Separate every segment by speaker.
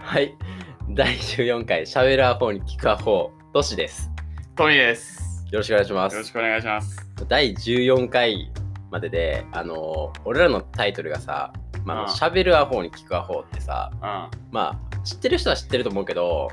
Speaker 1: はい。第14回、喋るアホに聞くアホ、トシです。
Speaker 2: トミーです。
Speaker 1: よろしくお願いしま
Speaker 2: よろし
Speaker 1: す。
Speaker 2: くお願いします。
Speaker 1: 第14回までで、あのー俺らのタイトルがさ、まあ、
Speaker 2: ああ
Speaker 1: 喋るアホに聞くアホってさ、
Speaker 2: うん。
Speaker 1: まあ、知ってる人は知ってると思うけど、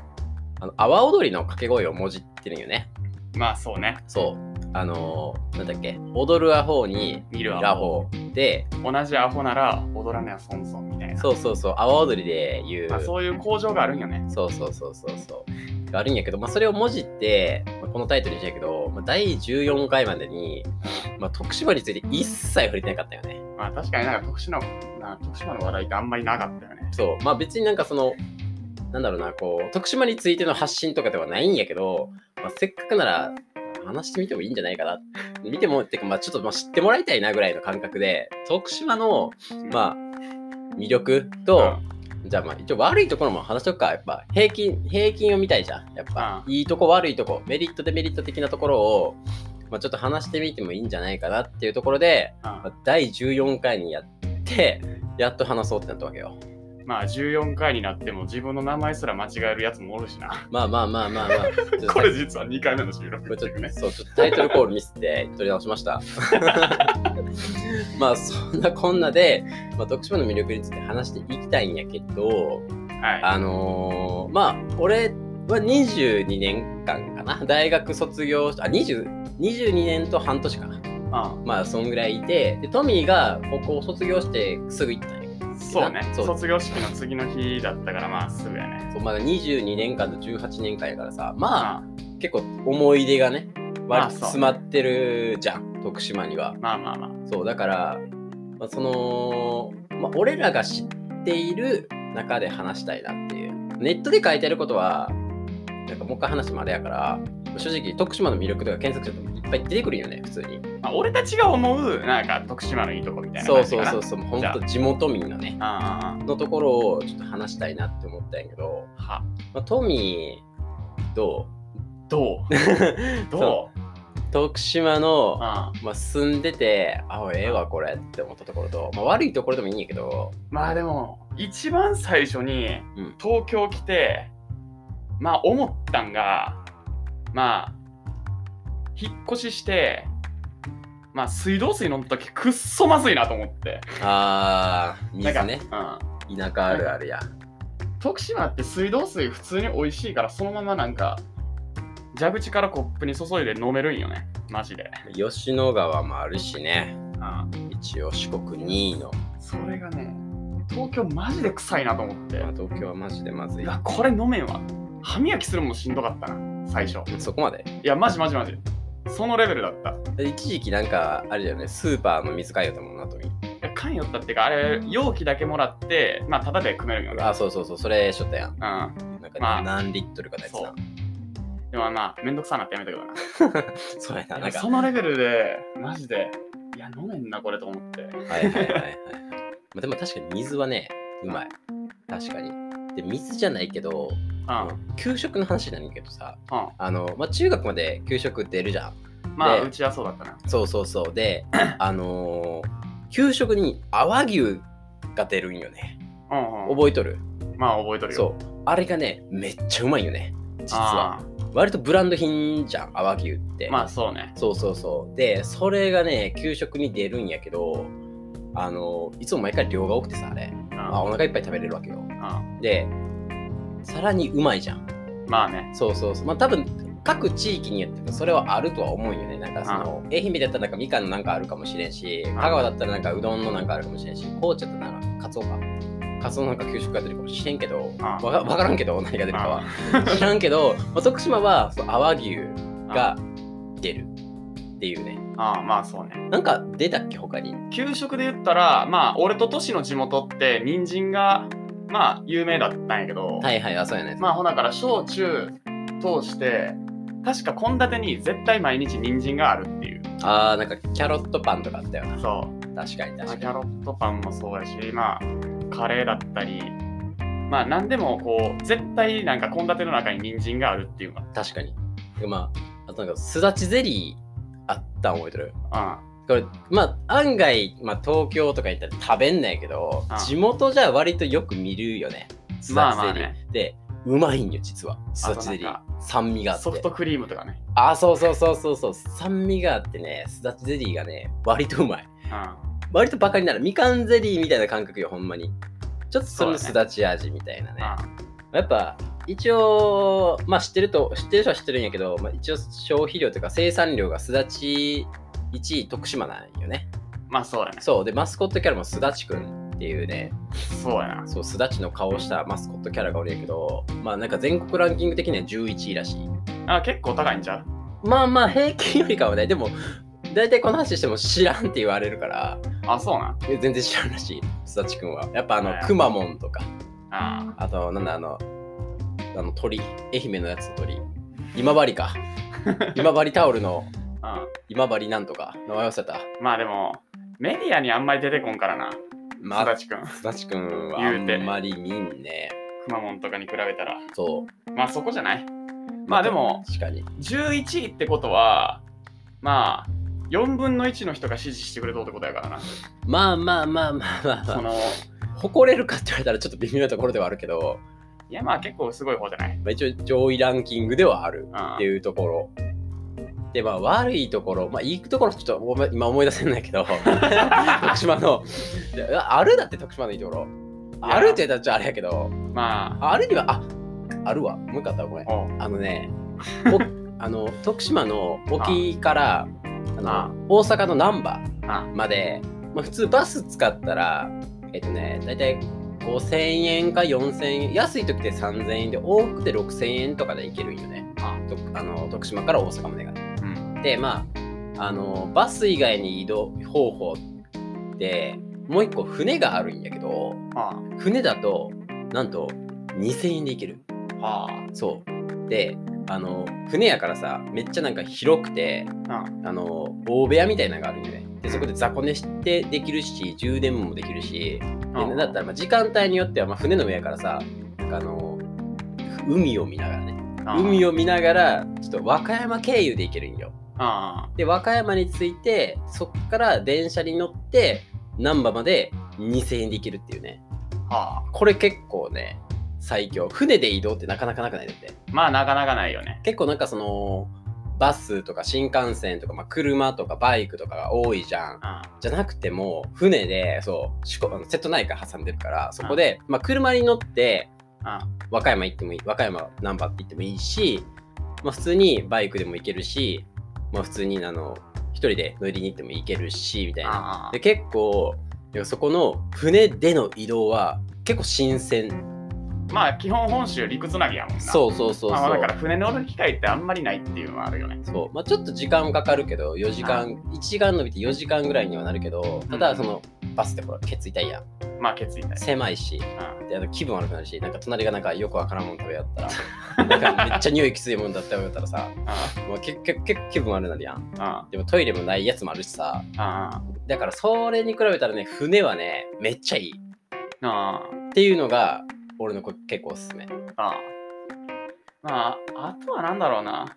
Speaker 1: あの阿波踊りの掛け声をもじってるんよね。
Speaker 2: まあそうね。
Speaker 1: そう。あのーなんだっけ、踊るアホに
Speaker 2: 見るアホ
Speaker 1: アホ。で、
Speaker 2: 同じアホなら踊らねえそんそんみたいな。
Speaker 1: そうそうそう、阿波踊りで言う。
Speaker 2: まあ、そういう工場があるんよね。
Speaker 1: そうそうそうそうそう。があるんやけど、まあ、それを文字って、まあ、このタイトルにしたけど、まあ、第14回までに、まあ、徳島について一切触れてなかったよね。
Speaker 2: まあ確かになんか徳島な徳島の話題ってあんまりなかったよね。
Speaker 1: そう。まあ別になんかその、なんだろうな、こう、徳島についての発信とかではないんやけど、まあ、せっかくなら話してみてもいいんじゃないかな。見ても、ってか、まあちょっとまあ知ってもらいたいなぐらいの感覚で、徳島の、まあ、
Speaker 2: あ、
Speaker 1: 魅力と、じゃあまあ一応悪いところも話しとくか。やっぱ平均、平均を見たいじゃん。やっぱ
Speaker 2: う
Speaker 1: いいとこ悪いとこ、メリットデメリット的なところを、まあ、ちょっと話してみてもいいんじゃないかなっていうところで、
Speaker 2: うん
Speaker 1: まあ第14回にやって、やっと話そうってなったわけよ。
Speaker 2: うんまあ14回になっても自分の名前すら間違えるやつもおるし な。
Speaker 1: まあまあまあまあまあ。ちょっと
Speaker 2: これ実は2回目の収録
Speaker 1: これ
Speaker 2: って
Speaker 1: ち
Speaker 2: い
Speaker 1: ょっ
Speaker 2: う
Speaker 1: と
Speaker 2: ね。
Speaker 1: そうちょっとタイトルコールミスって取り直しました。 まあそんなこんなで、まあ、徳島の魅力について話していきたいんやけど、
Speaker 2: はい。
Speaker 1: あのーまあ俺は22年間かな大学卒業しあ20 22年と半年かなまあそんぐらいいてでトミーが高校卒業してすぐ行ったんやけど
Speaker 2: うん、そうね
Speaker 1: そう
Speaker 2: 卒業式の次の日だったからまあすぐやね。
Speaker 1: そう、まあ、22年間と18年間やからさまあ
Speaker 2: うん
Speaker 1: 結構思い出がね割
Speaker 2: まあ
Speaker 1: と
Speaker 2: そう
Speaker 1: 詰まってるじゃん徳島には
Speaker 2: まあまあまあ。
Speaker 1: そうだから、まあ、その、まあ、俺らが知っている中で話したいなっていうネットで書いてあることはなんかもう一回話してもあれやから正直徳島の魅力とか検索するといっぱい出てくるよね普通に
Speaker 2: まあ、俺たちが思うなんか徳島のいいとこみたいな
Speaker 1: そ
Speaker 2: 感
Speaker 1: う
Speaker 2: じ
Speaker 1: そ
Speaker 2: か
Speaker 1: う
Speaker 2: な。
Speaker 1: そう
Speaker 2: そう。
Speaker 1: そうほん
Speaker 2: じゃ
Speaker 1: と地元民のね
Speaker 2: あ
Speaker 1: のところをちょっと話したいなって思ったんやけど、
Speaker 2: あ。は。
Speaker 1: まあ、トミーど
Speaker 2: どう
Speaker 1: う
Speaker 2: どう
Speaker 1: う徳島の
Speaker 2: ああ
Speaker 1: まあ、住んでてあええわこれって思ったところと、まあ、悪いところでもいいんやけど
Speaker 2: まあでも一番最初に
Speaker 1: うん
Speaker 2: 東京来て、まあ思ったんがまあ引っ越ししてまあ水道水飲んだ時くっそまずいなと思って
Speaker 1: あー水
Speaker 2: なんか
Speaker 1: ね
Speaker 2: うん、
Speaker 1: 田舎あるあるや。
Speaker 2: 徳島って水道水普通に美味しいからそのままなんか蛇口からコップに注いで飲めるんよねマジで、
Speaker 1: 吉野川もあるしね。
Speaker 2: うん、
Speaker 1: 一応四国2位の。
Speaker 2: それがね東京マジで臭いなと思って。
Speaker 1: まあ、東京はマジでまずいう
Speaker 2: わこれ飲めんわ歯磨きするのもしんどかったな最初
Speaker 1: そこまで。
Speaker 2: いや、マジマジマジ。そのレベルだった。い
Speaker 1: 一時期なんか、あれだよね、スーパーの水買いよったもんな、とみ。
Speaker 2: や缶よったっていうか、あれ、容器だけもらって、まあ、タダで組めるんよね。
Speaker 1: あ、そうそうそう、それしょったやん。
Speaker 2: う
Speaker 1: なんか、
Speaker 2: まあ
Speaker 1: 何リットルかのやつ
Speaker 2: そ
Speaker 1: な
Speaker 2: う。ん。でもまあ、めんどくさなってやめたけどな。
Speaker 1: そうやな、
Speaker 2: い
Speaker 1: な
Speaker 2: や
Speaker 1: んか。
Speaker 2: そのレベルで、マジで、いや、飲めんな、これと思って。
Speaker 1: はいはいはいはい。まあ、でも確かに水はね、うまい。確かに。で、水じゃないけど、
Speaker 2: う
Speaker 1: 給食の話になるんやけどさ、
Speaker 2: うん
Speaker 1: あの、まあ、中学まで給食出るじゃん。
Speaker 2: ん。まあ、
Speaker 1: で
Speaker 2: うちはそうだったな。
Speaker 1: そうそうそう。 で、あのー給食に泡牛が出るんよね。
Speaker 2: うんうん。
Speaker 1: 覚えとる、
Speaker 2: まあ、覚えとるよ。
Speaker 1: そう。あれがね、めっちゃうまいよね。実は。
Speaker 2: あ
Speaker 1: 割とブランド品じゃん、泡牛って。
Speaker 2: ー。まあ、そうね。
Speaker 1: そうそうそう。で、それがね、給食に出るんやけど、あのーいつも毎回量が多くてさ、あれ。
Speaker 2: うん。
Speaker 1: まあ、お腹いっぱい食べれるわけよ。
Speaker 2: うん
Speaker 1: で、さらにうまいじゃん。
Speaker 2: まあね。
Speaker 1: そうそうそう。まあ多分各地域によってそれはあるとは思うんよね。なんかその、愛媛だったらなんかみかんのなんかあるかもしれんし、香川だったらなんかうどんのなんかあるかもしれんし、高知だったらなんかカツオか。カツオなんか給食が出るかもしれんけど、
Speaker 2: ん
Speaker 1: わかわからんけど何が出るかは。
Speaker 2: う
Speaker 1: 知らんけど、まあ、徳島はそう阿波牛
Speaker 2: ん
Speaker 1: が出るっていうね。
Speaker 2: うんあーまあ、そうね。
Speaker 1: なんか出たっけ他に。
Speaker 2: 給食で言ったら、まあ、俺と都市の地元って、人参が、まあ、有名だったんやけど、
Speaker 1: はいはい、あ、そうやね。
Speaker 2: まあほだから小中通して確か献立に絶対毎日人参があるっていう
Speaker 1: ああ、なんかキャロットパンとかあったよな。
Speaker 2: そう
Speaker 1: 確かに
Speaker 2: まあ
Speaker 1: 確
Speaker 2: キ
Speaker 1: か
Speaker 2: ャロットパンもそうやしまあカレーだったりまあ何でもこう絶対なんか献立の中に人参があるっていうの
Speaker 1: に。確かに。でまあ、あとなんかすだちゼリーあったん覚えてる
Speaker 2: が
Speaker 1: これまあ案外、まあ、東京とか行ったら食べんないけど
Speaker 2: うん
Speaker 1: 地元じゃ割とよく見るよね
Speaker 2: うん
Speaker 1: す
Speaker 2: ま
Speaker 1: だ
Speaker 2: あまあ
Speaker 1: ちゼリー
Speaker 2: ね
Speaker 1: って、うまいんよ、実は。すだちゼリ
Speaker 2: あ
Speaker 1: ー
Speaker 2: と。
Speaker 1: 酸味があって。
Speaker 2: ソフトクリームとかね。
Speaker 1: あ、そうそうそうそうそう。酸味があってね、すだちゼリーがね、割とうまい。
Speaker 2: うん。
Speaker 1: 割とバカになる。みかんゼリーみたいな感覚よ、ほんまに。ちょっとそ
Speaker 2: そうだ
Speaker 1: の
Speaker 2: ね
Speaker 1: すだち味みたいなね。
Speaker 2: あ
Speaker 1: やっぱ、一応、まあ知ってると、知ってる人は知ってるんやけど、まあ、一応消費量というか生産量がすだち1位徳島なんよね。
Speaker 2: まあそうやね。
Speaker 1: そう。で、マスコットキャラもすだちくんっていうね、
Speaker 2: そうやな。
Speaker 1: そう、すだちの顔をしたマスコットキャラがおるんやけど、まあなんか全国ランキング的には11位らしい。
Speaker 2: あ結構高いんちゃう
Speaker 1: まあまあ平均よりかはね、でも、大体この話しても知らんって言われるから、
Speaker 2: あ、そうなん。
Speaker 1: え全然知らんらしい、すだちくんは。やっぱあの
Speaker 2: はい、
Speaker 1: くまモンとか、
Speaker 2: あ
Speaker 1: あと、なんだ、あの、あの鳥、愛媛のやつの鳥、今治 か。今治タオルの
Speaker 2: あ。うん。
Speaker 1: 今治なんとか、名前忘れた。
Speaker 2: まあでも、メディアにあんまり出てこんからな。
Speaker 1: ま
Speaker 2: まだ
Speaker 1: あ、
Speaker 2: ちくん。く
Speaker 1: すだちくんはあんまり見んね。
Speaker 2: まモンとかに比べたら。
Speaker 1: そ
Speaker 2: まあそこじゃない。
Speaker 1: う。
Speaker 2: まあでも、
Speaker 1: 確かに。
Speaker 2: 11位ってことは、まあ、4分の1の人が支持してくれとってことやからな。
Speaker 1: まあまあまあまあまあ、
Speaker 2: そ
Speaker 1: ま
Speaker 2: の、
Speaker 1: あ、誇れるかって言われたらちょっと微妙なところではあるけど、
Speaker 2: いやまあ結構すごい方じゃない。
Speaker 1: まあ、一応上位ランキングではある。
Speaker 2: うん。
Speaker 1: っていうところ。で、まあ、悪いところ、まあ、いいところ、ちょっとごめん今思い出せないけど、 徳島の、いやあるだって徳島のいいところ。
Speaker 2: いや
Speaker 1: あるって言ったらちょっとあれやけど、
Speaker 2: ま
Speaker 1: あるには、ああるわ、向かったごめん
Speaker 2: あ、。おう
Speaker 1: あのね、お あの徳島の沖からあの
Speaker 2: あ
Speaker 1: 大阪の難波
Speaker 2: あ
Speaker 1: まで、まあ、普通バス使ったら、えっとね、大体5000円か4000円、安い時で3000円で、多くて6000円とかで行けるんよね。
Speaker 2: あ
Speaker 1: とあの徳島から大阪までが。
Speaker 2: うん。
Speaker 1: で、まあ、あのバス以外に移動方法でもう一個船があるんやけど、
Speaker 2: あ
Speaker 1: 船だとなんと2000円で行ける。
Speaker 2: あ。は
Speaker 1: そう。で、あの、船やからさ、めっちゃなんか広くて、
Speaker 2: あ。
Speaker 1: あの、大部屋みたいなのがあるんよね。で、そこで雑魚寝してできるし、充電もできるし、
Speaker 2: うん。
Speaker 1: でだったらまあ時間帯によっては、まあ、船の上やからさ、なんかあの、海を見ながらね、海
Speaker 2: を。
Speaker 1: を見ながら、ちょっと和歌山経由で行けるんよ。
Speaker 2: あ
Speaker 1: で、和歌山に着いて、そっから電車に乗って、難波まで2000円で行けるっていうね。
Speaker 2: あ。はあ。
Speaker 1: これ結構ね、最強。船で移動ってなかなかなくないだって。
Speaker 2: まあなかなかないよね。
Speaker 1: 結構なんかそのバスとか新幹線とか、まあ、車とかバイクとかが多いじゃん
Speaker 2: うん。
Speaker 1: じゃなくても船でそう四国あの瀬戸内海挟んでるからそこで、まあ、車に乗って
Speaker 2: うん。
Speaker 1: 和歌山行ってもいい和歌山難波って行ってもいいし、まあ、普通にバイクでも行けるし、まあ、普通にあの一人で乗りに行っても行けるしみたいな
Speaker 2: ああ
Speaker 1: で。結構いやそこの船での移動は結構新鮮
Speaker 2: まあ基本本州陸つなぎやもんな。う
Speaker 1: そうそうそうそう、
Speaker 2: まあだから船乗る機会ってあんまりないっていうのはあるよね。
Speaker 1: そうまあ、ちょっと時間かかるけど4時
Speaker 2: は
Speaker 1: 間1時間伸びて4時間ぐらいにはなるけどた
Speaker 2: う
Speaker 1: だ
Speaker 2: ん
Speaker 1: そのバスってほらケツ痛いやん
Speaker 2: まあ決意だよ。
Speaker 1: 狭いし
Speaker 2: うん。
Speaker 1: であの気分悪くなるしなんか隣がなんかよくわからんもん食べやったらなんかめっちゃ匂いきついもんだったよったらさもう結構結構気分悪くなるやん
Speaker 2: うん。うん。
Speaker 1: でもトイレもないやつもあるしさ
Speaker 2: うん。
Speaker 1: だからそれに比べたらね船はねめっちゃいいっ
Speaker 2: うん。
Speaker 1: ていうのが俺のこ結構おすすめ
Speaker 2: ああまあ、あとはなんだろうな。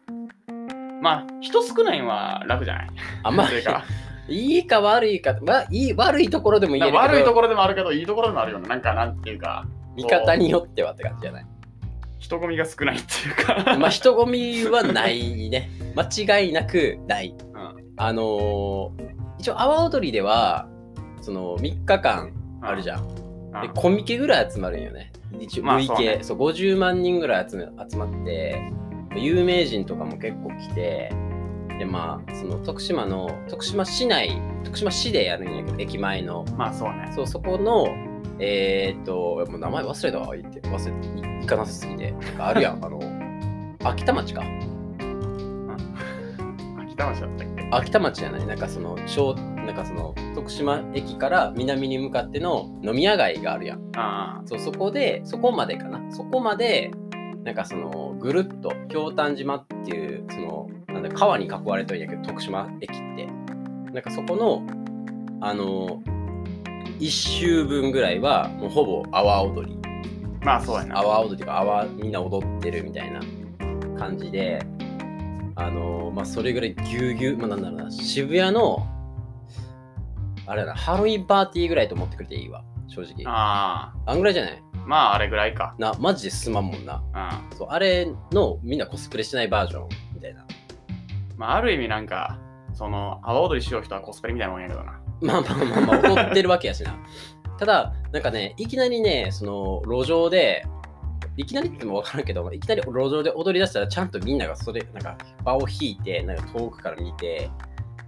Speaker 2: まあ、人少ないのは楽じゃない。
Speaker 1: あんま
Speaker 2: とい
Speaker 1: り
Speaker 2: うか
Speaker 1: いいか悪いか、まあ、いい悪いところでも言えるけど
Speaker 2: 悪いところでもあるけど、いいところでもあるよね。なんか、なんていうか、
Speaker 1: 見方によってはって感じじゃない
Speaker 2: 人混みが少ないっていうか。
Speaker 1: まあ、人混みはない ね。間違いなくない。
Speaker 2: うん
Speaker 1: あのー一応、阿波踊りでは、その3日間あるじ
Speaker 2: ゃ
Speaker 1: ゃん。
Speaker 2: ん。
Speaker 1: で、コミケぐらい集まるんよね。一応、
Speaker 2: まあ
Speaker 1: 累計、
Speaker 2: そうね
Speaker 1: そう50万人ぐらい集め集まって、有名人とかも結構来て、で、まあ、その徳島の、徳島市内、徳島市でやるんやけど、駅前の。
Speaker 2: まあ、そうね。
Speaker 1: そう、そこの、えーっと、もう名前忘れたわ、言って、忘れて、行かなさすぎて。なんかある やん、あの、秋田町か。
Speaker 2: 秋田町だったっけ
Speaker 1: 秋田町じゃないなんかその小なんかその徳島駅から南に向かっての飲み屋街があるやん
Speaker 2: あ
Speaker 1: そうそこでそこまでかなそこまでなんかそのぐるっと京丹島っていうそのなんだ川に囲われてるんやけど徳島駅ってなんかそこのあの1周分ぐらいはもうほぼ阿波踊り
Speaker 2: あ。まあ、そうや
Speaker 1: 阿
Speaker 2: な。
Speaker 1: 波踊りとか阿波みんな踊ってるみたいな感じであのーまあそれぐらいぎゅうぎゅう、まあ、なんだろうな渋谷のあれだなハロウィンパーティーぐらいと思ってくれていいわ正直あ
Speaker 2: あ
Speaker 1: んぐらいじゃない
Speaker 2: あ。まああれぐらいか。
Speaker 1: なマジで進まんもんな
Speaker 2: うん。
Speaker 1: そうあれのみんなコスプレしないバージョンみたいな
Speaker 2: まあある意味なんか、その、阿波踊りしよう人はコスプレみたいなもんやけどな。
Speaker 1: まあまあまあまあ怒ってるわけやしなただなんかねいきなりねその路上でいきなりっても分からんけどいきなり路上で踊り出したらちゃんとみんながそれなんか場を引いてなんか遠くから見て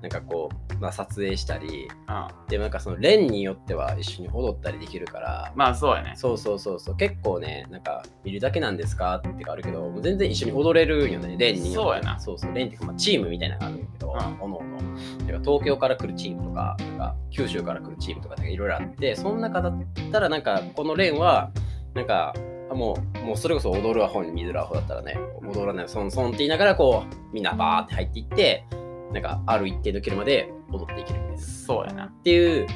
Speaker 1: なんかこう、まあ、撮影したり
Speaker 2: うん。
Speaker 1: でなんかその連によっては一緒に踊ったりできるから
Speaker 2: まあそうやね。
Speaker 1: そうそうそうそう結構ねなんか見るだけなんですかってかあるけどもう全然一緒に踊れるんよねレンによって
Speaker 2: そうやな
Speaker 1: そうそうレンっていうか、まあ、チームみたいなのがあるんやけど、
Speaker 2: うん
Speaker 1: おのおのてか東京から来るチームとかなんか九州から来るチームとかなんかいろいろあってその中だったらなんかこのレンはなんかあもうもうそれこそ踊るアホに水るアホだったらね踊らないそんそんって言いながらこうみんなバーって入っていってなんかある一定の距離まで踊っていけるみたいなっ
Speaker 2: そうやな。
Speaker 1: ていう、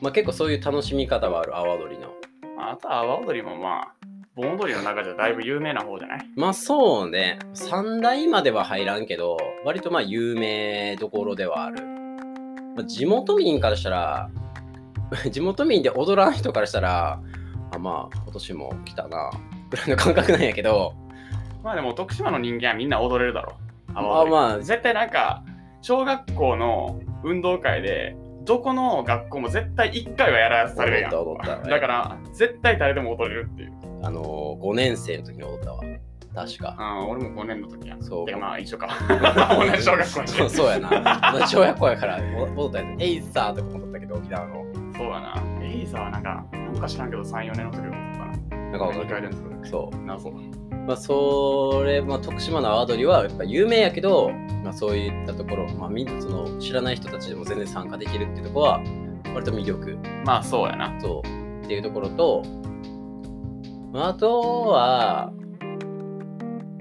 Speaker 1: まあ、結構そういう楽しみ方はある阿波踊りの。
Speaker 2: まああとは阿波踊りもまあ、盆踊りの中じゃだいぶ有名な方じゃない
Speaker 1: まあそうね、三大までは入らんけど、割とまあ有名どころではある。まあ、地元民からしたら、 地元民で踊らん人からしたら、あまあ今年も来たな、ぐらいの感覚なんやけど、
Speaker 2: まあでも徳島の人間はみんな踊れるだろう。
Speaker 1: まあ
Speaker 2: 阿波踊り
Speaker 1: まあ
Speaker 2: 絶対なんか、小学校の運動会で、どこの学校も絶対1回はやらされるやん。
Speaker 1: 踊った踊った
Speaker 2: だから、絶対誰でも踊れるっていう。
Speaker 1: あの5年生の時に踊ったわ。確か。
Speaker 2: ああ、俺も5年の時やん。
Speaker 1: そう
Speaker 2: てかまあ一緒か。 同じ小学校やし。
Speaker 1: そうそうやな。同じ小学校やからお踊ったやつ。エイサーとかも踊ったけど、沖縄の。
Speaker 2: そうだな。エイサーはなんか、なんか知らんけど3、4年の時も踊った
Speaker 1: なんか
Speaker 2: な。
Speaker 1: 踊
Speaker 2: 2回連
Speaker 1: る。
Speaker 2: 続で。
Speaker 1: そう。
Speaker 2: 謎だ。
Speaker 1: まあ、それ、まあ、徳島の阿波踊りはやっぱ有名やけど、まあ、そういったところ、まあ、みんその知らない人たちでも全然参加できるっていうところは割と魅力
Speaker 2: まあそうやな。
Speaker 1: そうっていうところと、まあ、あとは、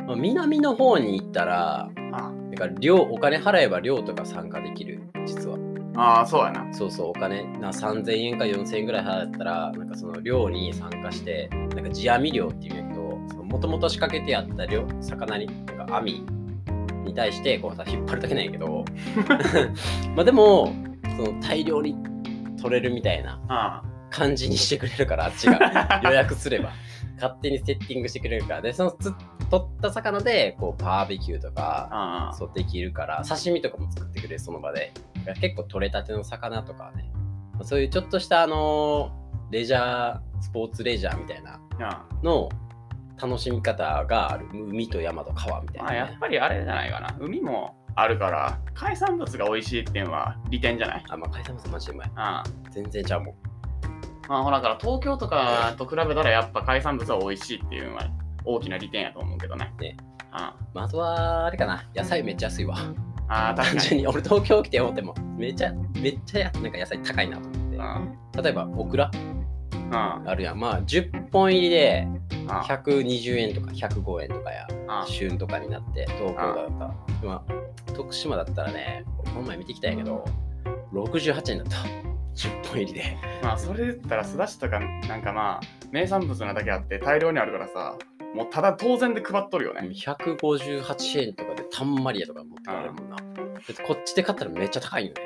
Speaker 1: まあ、南の方に行ったら
Speaker 2: あ
Speaker 1: だから寮お金払えば寮とか参加できる実は
Speaker 2: ああ、そうやな。
Speaker 1: そうそうお金な3000円か4000円ぐらい払ったらなんかその漁に参加してなんか地網漁っていうんやけどもともと仕掛けてやった漁魚になんか網に対してこうさ引っ張るだけなんやけどまあでもその大量に取れるみたいな
Speaker 2: あ
Speaker 1: 感じにしてくれるからあっちが予約すれば勝手にセッティングしてくれるからでそのつ取った魚でこうバーベキューとか
Speaker 2: あ。ああ。
Speaker 1: そうできるから刺身とかも作ってくれるその場でだから結構取れたての魚とかねそういうちょっとしたあのーレジャースポーツレジャーみたいな
Speaker 2: あ
Speaker 1: の楽しみ方がある海と山と川みたい
Speaker 2: ま
Speaker 1: な、
Speaker 2: あ
Speaker 1: ね
Speaker 2: やっぱりあれじゃないかな。海もあるから、海産物が美味しいっていうのは利点じゃない
Speaker 1: あまあ海鮮物マジでうまい
Speaker 2: ああ
Speaker 1: 全然ちゃうもん
Speaker 2: まあほらだから東京とかと比べたらやっぱ海産物は美味しいっていうのは大きな利点やと思うけどね。
Speaker 1: ね
Speaker 2: あ
Speaker 1: まあ、あとはあれかな野菜めっちゃ安いわ
Speaker 2: あああ
Speaker 1: 単
Speaker 2: 確かに。
Speaker 1: 純に俺東京来て思ってもめっちゃめっちゃなんか野菜高いなと
Speaker 2: うん
Speaker 1: 思っ
Speaker 2: うん
Speaker 1: て例えばオクラ
Speaker 2: あ
Speaker 1: あるやんまあ10本入りで
Speaker 2: あ
Speaker 1: 120円とか105円とかや
Speaker 2: あ
Speaker 1: 旬とかになって東京だったら今徳島だったらねこの前見てきたんやけど68円だった10本入りで
Speaker 2: まあそれで言ったらすだしとかなんかまあ名産物なだけあって大量にあるからさもうただ当然で配っとるよね。
Speaker 1: 158円とかでたんまりやとか持ってかれるもんなだってこっちで買ったらめっちゃ高いよね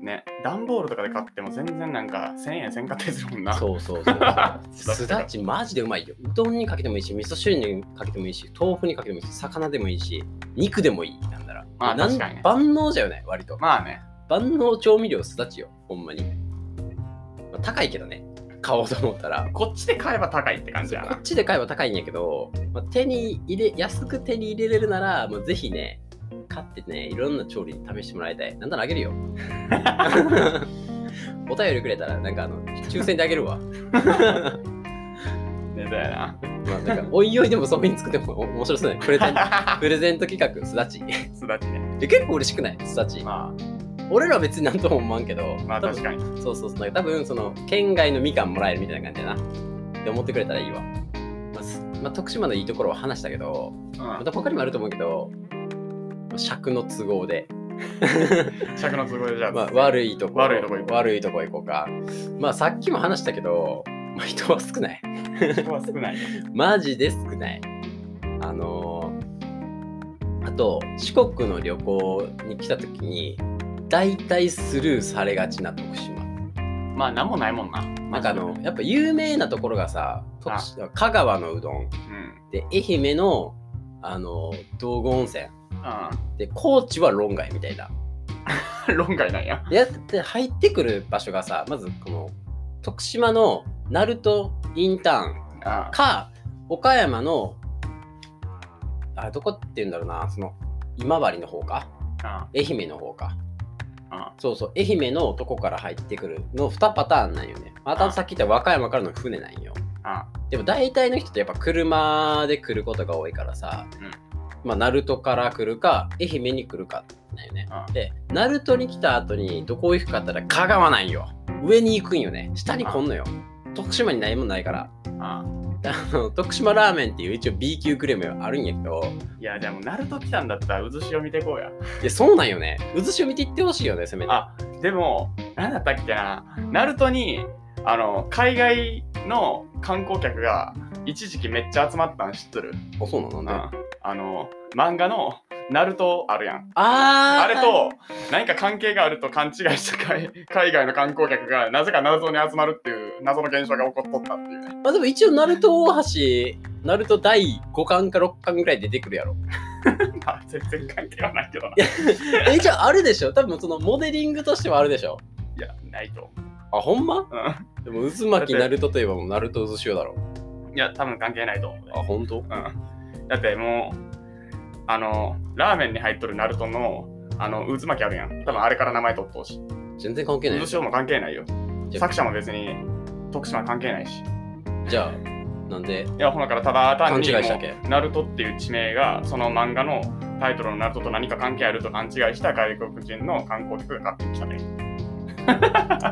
Speaker 2: ね。段ボールとかで買っても全然なんか1000円1000買ったりするもんな。
Speaker 1: そうそう そうそうす
Speaker 2: す
Speaker 1: だ
Speaker 2: だ
Speaker 1: ちマジでうまいようどんにかけてもいいし味噌汁にかけてもいいし豆腐にかけてもいいし魚でもいいし肉でもいいなんなら
Speaker 2: まあ
Speaker 1: なん
Speaker 2: 確かにね
Speaker 1: 万能じゃよね割と
Speaker 2: まあね。
Speaker 1: 万能調味料すだちよほんまに、まあ高いけどね買おうと思ったら
Speaker 2: こっちで買えば高いって感じや
Speaker 1: こっ
Speaker 2: な。
Speaker 1: ちで買えば高いんやけど、まあ、手に入れ安く手に入れれるならもうぜひね買ってねいろんな調理に試してもらいたいなんならあげるよ お便りくれたらなんかあの抽選であげるわ
Speaker 2: ねだよな。
Speaker 1: まあなんかおいおいでもそういうふうに作ってもお面白そうねプ レゼンプレゼント企画すだち
Speaker 2: すだちね。
Speaker 1: で結構嬉しくないすだち
Speaker 2: ま
Speaker 1: 俺らは別になんとも思わんけど
Speaker 2: あまあ
Speaker 1: 多分
Speaker 2: 確かに。
Speaker 1: そうそうそう。多分その県外のみかんもらえるみたいな感じだな。って思ってくれたらいいわ。まあすまあ、徳島のいいところは話したけど、また他にもあると思うけど、尺の都合 で、
Speaker 2: 尺の都合でじゃあ。
Speaker 1: まあ、悪いとこ
Speaker 2: 悪いとこ行こう
Speaker 1: 悪いとこ行こうか。まあさっきも話したけど、まあ、人は少ない。
Speaker 2: 人は少ない。
Speaker 1: マジで少ない。あのーあと四国の旅行に来た時に大体スルーされがちな徳島。
Speaker 2: まあ、なんもないもんな。
Speaker 1: なんかあの、やっぱ有名なところがさ、かもしれない。香川のうどん。
Speaker 2: うん。
Speaker 1: で、愛媛の、あの、道後温泉。
Speaker 2: あ
Speaker 1: で、高知は論外みたいな。
Speaker 2: ー 論外なんや。
Speaker 1: でやって入ってくる場所がさ、まずこの、徳島の鳴門インターン。
Speaker 2: あ
Speaker 1: か岡山のあどこって言うんだろうなその今治の方か
Speaker 2: ーあ
Speaker 1: 愛媛の方か
Speaker 2: ーあ
Speaker 1: そうそう愛媛のとこから入ってくるの2パターンなんよねまたさっき言った和歌山からの船なんよ
Speaker 2: ーあ
Speaker 1: でも大体の人ってやっぱ車で来ることが多いからさ、
Speaker 2: うん
Speaker 1: まあ鳴門から来るか愛媛に来るかなんよね
Speaker 2: あ
Speaker 1: で鳴門に来た後にどこ行くかって言ったら香川なんよ上に行くんよね下に来んのよ徳島にないもんないから
Speaker 2: ー
Speaker 1: あ
Speaker 2: あ
Speaker 1: の徳島ラーメンっていう一応 B 級グルメはあるんやけど
Speaker 2: ー。いや、でも、ナルト来たんだったら、渦潮見てこうや。
Speaker 1: いやそうなんよね渦潮見ていってほしいよねせめて
Speaker 2: あでも、なんだったっけな、ナルトに、あの、海外の観光客が一時期めっちゃ集まったん知っとる。
Speaker 1: あそうなの
Speaker 2: うん。
Speaker 1: ね
Speaker 2: あの、漫画の、ナルトあるやん。
Speaker 1: あー
Speaker 2: あれと、何か関係があると勘違いした海海外の観光客が、なぜか謎に集まるっていう、謎の現象が起こっとったっていう ね。
Speaker 1: まあでも一応鳴門大橋鳴門第5巻か6巻ぐらい出てくるやろ
Speaker 2: まあ全然関係はないけど
Speaker 1: い
Speaker 2: な。い
Speaker 1: や え一応あるでしょ多分そのモデリングとしてはあるでしょ
Speaker 2: や、ないと思
Speaker 1: あほんま
Speaker 2: う。う
Speaker 1: でも渦巻き鳴門といえばもう鳴門渦潮だろ
Speaker 2: ん。いや、多分関係ないと思うね。
Speaker 1: あほんと
Speaker 2: うんだってもうあのラーメンに入っとるナルトのあの渦巻きあるやん多分あれから名前取っとうし
Speaker 1: 全然関係ない
Speaker 2: 渦潮も関係ないよ
Speaker 1: じゃ
Speaker 2: 作者も別に徳島関係ないし
Speaker 1: じゃあなんで
Speaker 2: いやほなからただ
Speaker 1: 勘
Speaker 2: 単
Speaker 1: 違い
Speaker 2: に
Speaker 1: したっけ
Speaker 2: もうナルトっていう地名がその漫画のタイトルのナルトと何か関係あると勘違いした外国人の観光客が買ってきたね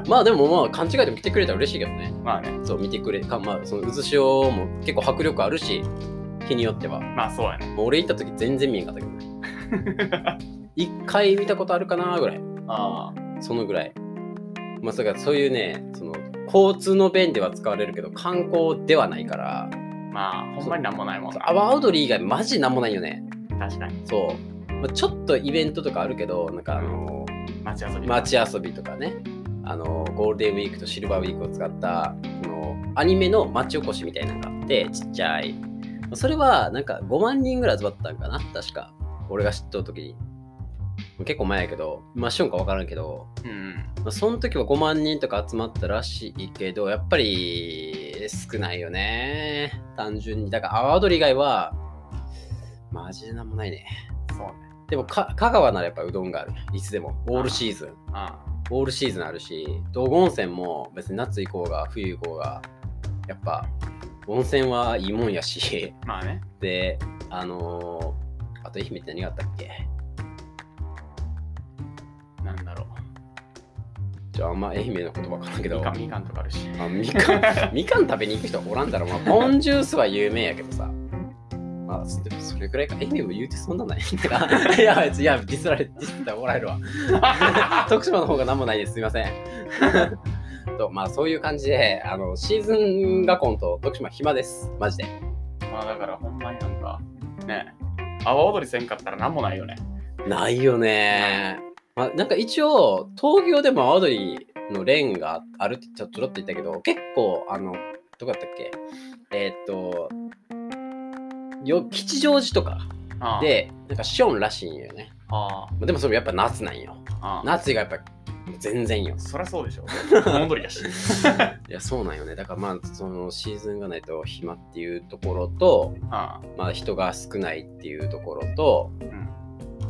Speaker 1: まあでもまあ勘違いでも来てくれたら嬉しいけどね
Speaker 2: まあね
Speaker 1: そう見てくれかまあその渦潮も結構迫力あるし日によっては
Speaker 2: まあそうやね
Speaker 1: もう俺行った時全然見えんかったけどね 一回見たことあるかなぐらい
Speaker 2: あ
Speaker 1: そのぐらいまあだからそういうねその交通の便では使われるけど観光ではないから
Speaker 2: あまあほんまになんもないもん
Speaker 1: 阿波踊り以外マジなんもないよね
Speaker 2: 確かに
Speaker 1: そう、まあ、ちょっとイベントとかあるけどなんかあの
Speaker 2: 街遊び
Speaker 1: 街遊びとかねあのゴールデンウィークとシルバーウィークを使ったこのアニメの町おこしみたいなのがあってちっちゃいそれはなんか5万人ぐらい集まったんかな確か俺が知っとう時に結構前やけどまあしょんか分からんけど、
Speaker 2: うん
Speaker 1: まあ、その時は5万人とか集まったらしいけどやっぱり少ないよね単純にだから阿波踊り以外はマジでなんもないね
Speaker 2: そうね
Speaker 1: でもか香川ならやっぱうどんがあるいつでもオールシーズン
Speaker 2: あ
Speaker 1: オールシーズンあるし道後温泉も別に夏行こうが冬行こうがやっぱ温泉はいいもんやし
Speaker 2: あまあね
Speaker 1: であのーあと愛媛って何があったっけ
Speaker 2: なんだろう
Speaker 1: じゃああんま愛媛の言葉わからんけど
Speaker 2: みかんみかんとかあるし
Speaker 1: あみかんみかん食べに行く人おらんだろ、まあ、ポンジュースは有名やけどさまあそそれくらいか愛媛も言うてそんなない だからいや別にいやディスられディスったらもらえるわ 徳島の方が何もないですすいません とまあそういう感じであのシーズンがコンと徳島暇ですマジで
Speaker 2: まあだからほんまになんかね阿波踊りせんかったらなんもないよね
Speaker 1: ないよねまあ、なんか一応東京でも阿波踊りの連があるってちょっとちょろっと言ったけど結構あのどこだったっけえーっとよ吉祥寺とか
Speaker 2: ああ
Speaker 1: でなんかシオンらしいんよね
Speaker 2: あ
Speaker 1: まあでもそれもやっぱ夏なんよ
Speaker 2: あああ
Speaker 1: 夏がやっぱ全然よ
Speaker 2: そりゃそうでしょ 阿波踊りやし
Speaker 1: いやそうなんよねだからまあそのシーズンがないと暇っていうところと
Speaker 2: ああ
Speaker 1: まあ人が少ないっていうところと
Speaker 2: うん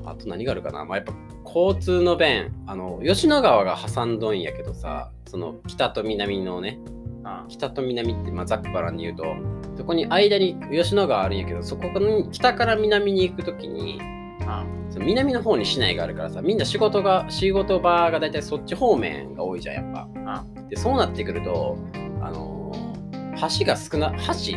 Speaker 1: あと何があるかな、まあ、やっぱ交通の便あの吉野川が挟んどんやけどさその北と南のね
Speaker 2: あ
Speaker 1: 北と南って、まあ、ざっくばらんに言うとそこに間に吉野川あるんやけどそこに北から南に行く時に
Speaker 2: あ
Speaker 1: その南の方に市内があるからさみんな仕事が仕事場が大体そっち方面が多いじゃんやっぱ
Speaker 2: あ
Speaker 1: でそうなってくるとあのー橋が少な橋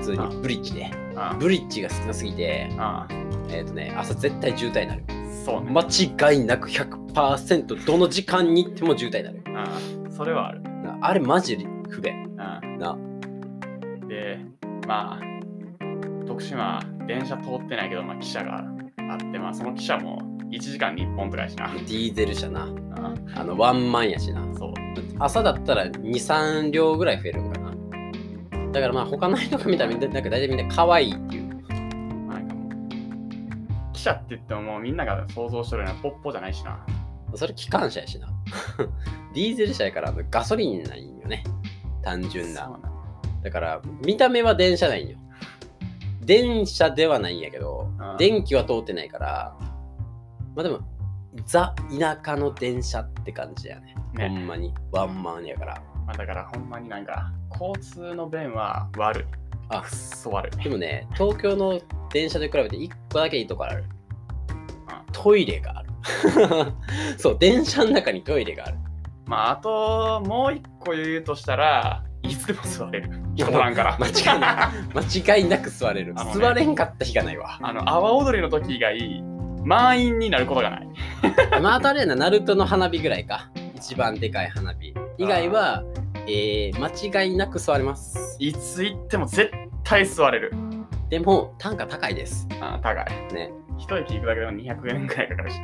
Speaker 1: 普通
Speaker 2: あ
Speaker 1: にブリッジで
Speaker 2: あ
Speaker 1: ブリッジが少なすぎて
Speaker 2: ああ
Speaker 1: えっ、とね朝絶対渋滞になる
Speaker 2: そうね、
Speaker 1: 間違いなく100%どの時間に行っても渋滞になる
Speaker 2: ああそれはある
Speaker 1: なあれマジで不便
Speaker 2: あ
Speaker 1: な
Speaker 2: あでまあ徳島電車通ってないけどまあ汽車があってまあその汽車も1時間に1本とかやしな
Speaker 1: ディーゼル車な
Speaker 2: あ
Speaker 1: あのワンマンやしな
Speaker 2: あそう
Speaker 1: 朝だったら23両ぐらい増えるのかなだからまあ他の人が見たらみんななんか大体みんな可愛いっていう。
Speaker 2: なんかもう記者って言ってももうみんなが想像してるようなポッポじゃないしな
Speaker 1: それ機関車やしな。 ディーゼル車やからガソリンないんよね。単純な。
Speaker 2: そうな
Speaker 1: だから見た目は電車ないんよ。電車ではないんやけど
Speaker 2: あー、
Speaker 1: 電気は通ってないから、まあでも、ザ田舎の電車って感じやね。
Speaker 2: ね
Speaker 1: ほんまに。ワンマンやから。
Speaker 2: まあ、だからほんまになんか交通の便は悪い
Speaker 1: あ
Speaker 2: くっそ悪い
Speaker 1: でもね、東京の電車で比べて1個だけいいとこある
Speaker 2: あ。
Speaker 1: トイレがある。 そう、電車の中にトイレがある。
Speaker 2: まああともう一個言うとしたらいつでも座れる人なんか ら
Speaker 1: 間違いな間違いなく座れる。
Speaker 2: あのね
Speaker 1: 座れんかった日がないわ。
Speaker 2: あの阿波踊りの時以外満員になることがない
Speaker 1: まああとあれやな、ナルトの花火ぐらいか。一番でかい花火。以外は、えー、間違いなく座れます。
Speaker 2: いつ行っても絶対座れる
Speaker 1: でも、単価高いです。
Speaker 2: あ高い
Speaker 1: ね。
Speaker 2: 一駅行くだけでも200円くらいかかるし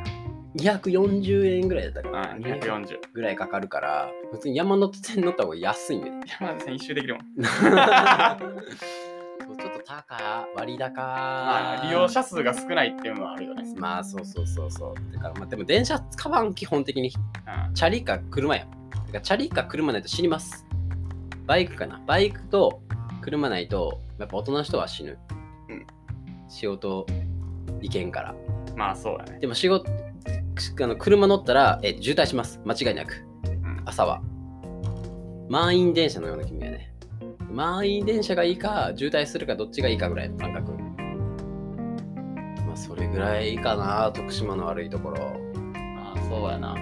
Speaker 1: 240円ぐらいだったか
Speaker 2: な
Speaker 1: な。
Speaker 2: あ240
Speaker 1: ぐらいかかるから、別に山手線乗った方が安いん よね。
Speaker 2: 山手線一周できるもん
Speaker 1: そうちょっと高、割高。
Speaker 2: まあ利用者数が少ないっていうのはあるよね
Speaker 1: まあそうそうそうそう。だからまあでも電車使わん基本的に
Speaker 2: うん
Speaker 1: チャリか車や。だからチャリか車ないと死にます。バイクかな。バイクと車ないとやっぱ大人の人は死ぬ。
Speaker 2: うん
Speaker 1: 仕事行けんから。
Speaker 2: まあそうだね
Speaker 1: でも仕事、あの車乗ったらえ渋滞します。間違いなく。
Speaker 2: うん
Speaker 1: 朝は。満員電車のような気分やね。満員電車がいいか、渋滞するか、どっちがいいかぐらいの感覚。まあ、それぐらいかな、徳島の悪いところ。
Speaker 2: まあそうやな。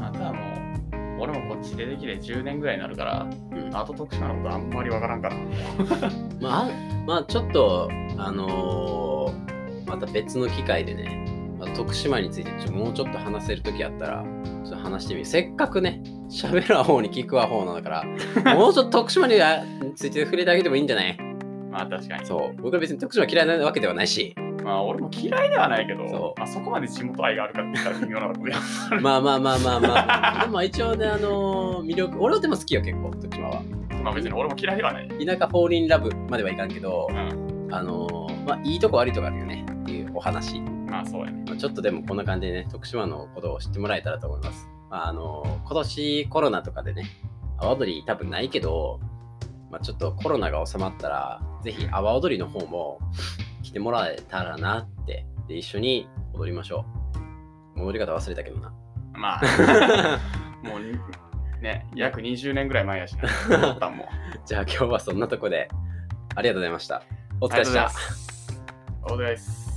Speaker 2: まあ、あとはもう、俺もこっち出てきて10年ぐらいになるから、
Speaker 1: うん
Speaker 2: あと徳島のことあんまりわからんから。
Speaker 1: まあ、あまあ、ちょっと、あのーまた別の機会でね、まあ徳島についてちょもうちょっと話せる時あったら、ちょっと話してみる。せっかくね、喋ら方に聞くわ方なんだ から、もうちょっと徳島にあついて触れてあげてもいいんじゃない
Speaker 2: まあ確かに。
Speaker 1: そう。僕は別に徳島嫌いなわけではないし。
Speaker 2: まあ俺も嫌いではないけど、
Speaker 1: そう
Speaker 2: まあ、そこまで地元愛があるかって言ったら微妙なとこや。
Speaker 1: まあまあまあまあまあ。でも一応ね、あのー魅力、俺はでも好きよ、結構、徳島は。
Speaker 2: まあ別に俺も嫌いではない。
Speaker 1: 田舎フォーリンラブまではいかんけど
Speaker 2: う、ん。
Speaker 1: あのーまあいいとこ悪いとこあるよねっていうお話。
Speaker 2: まあそうやね。
Speaker 1: まあ、ちょっとでもこんな感じでね、徳島のことを知ってもらえたらと思います。まあ、あのー今年コロナとかでね、阿波踊り多分ないけど、まあ、ちょっとコロナが収まったら、ぜひ阿波踊りの方も来てもらえたらなって、で、一緒に踊りましょう。踊り方忘れたけどな。
Speaker 2: まあ、もう、ね、約20年ぐらい前やしな。思ったもん。
Speaker 1: じゃあ今日はそんなとこでありがとうございました。お
Speaker 2: お
Speaker 1: 疲れ様でした。
Speaker 2: お疲れ様です。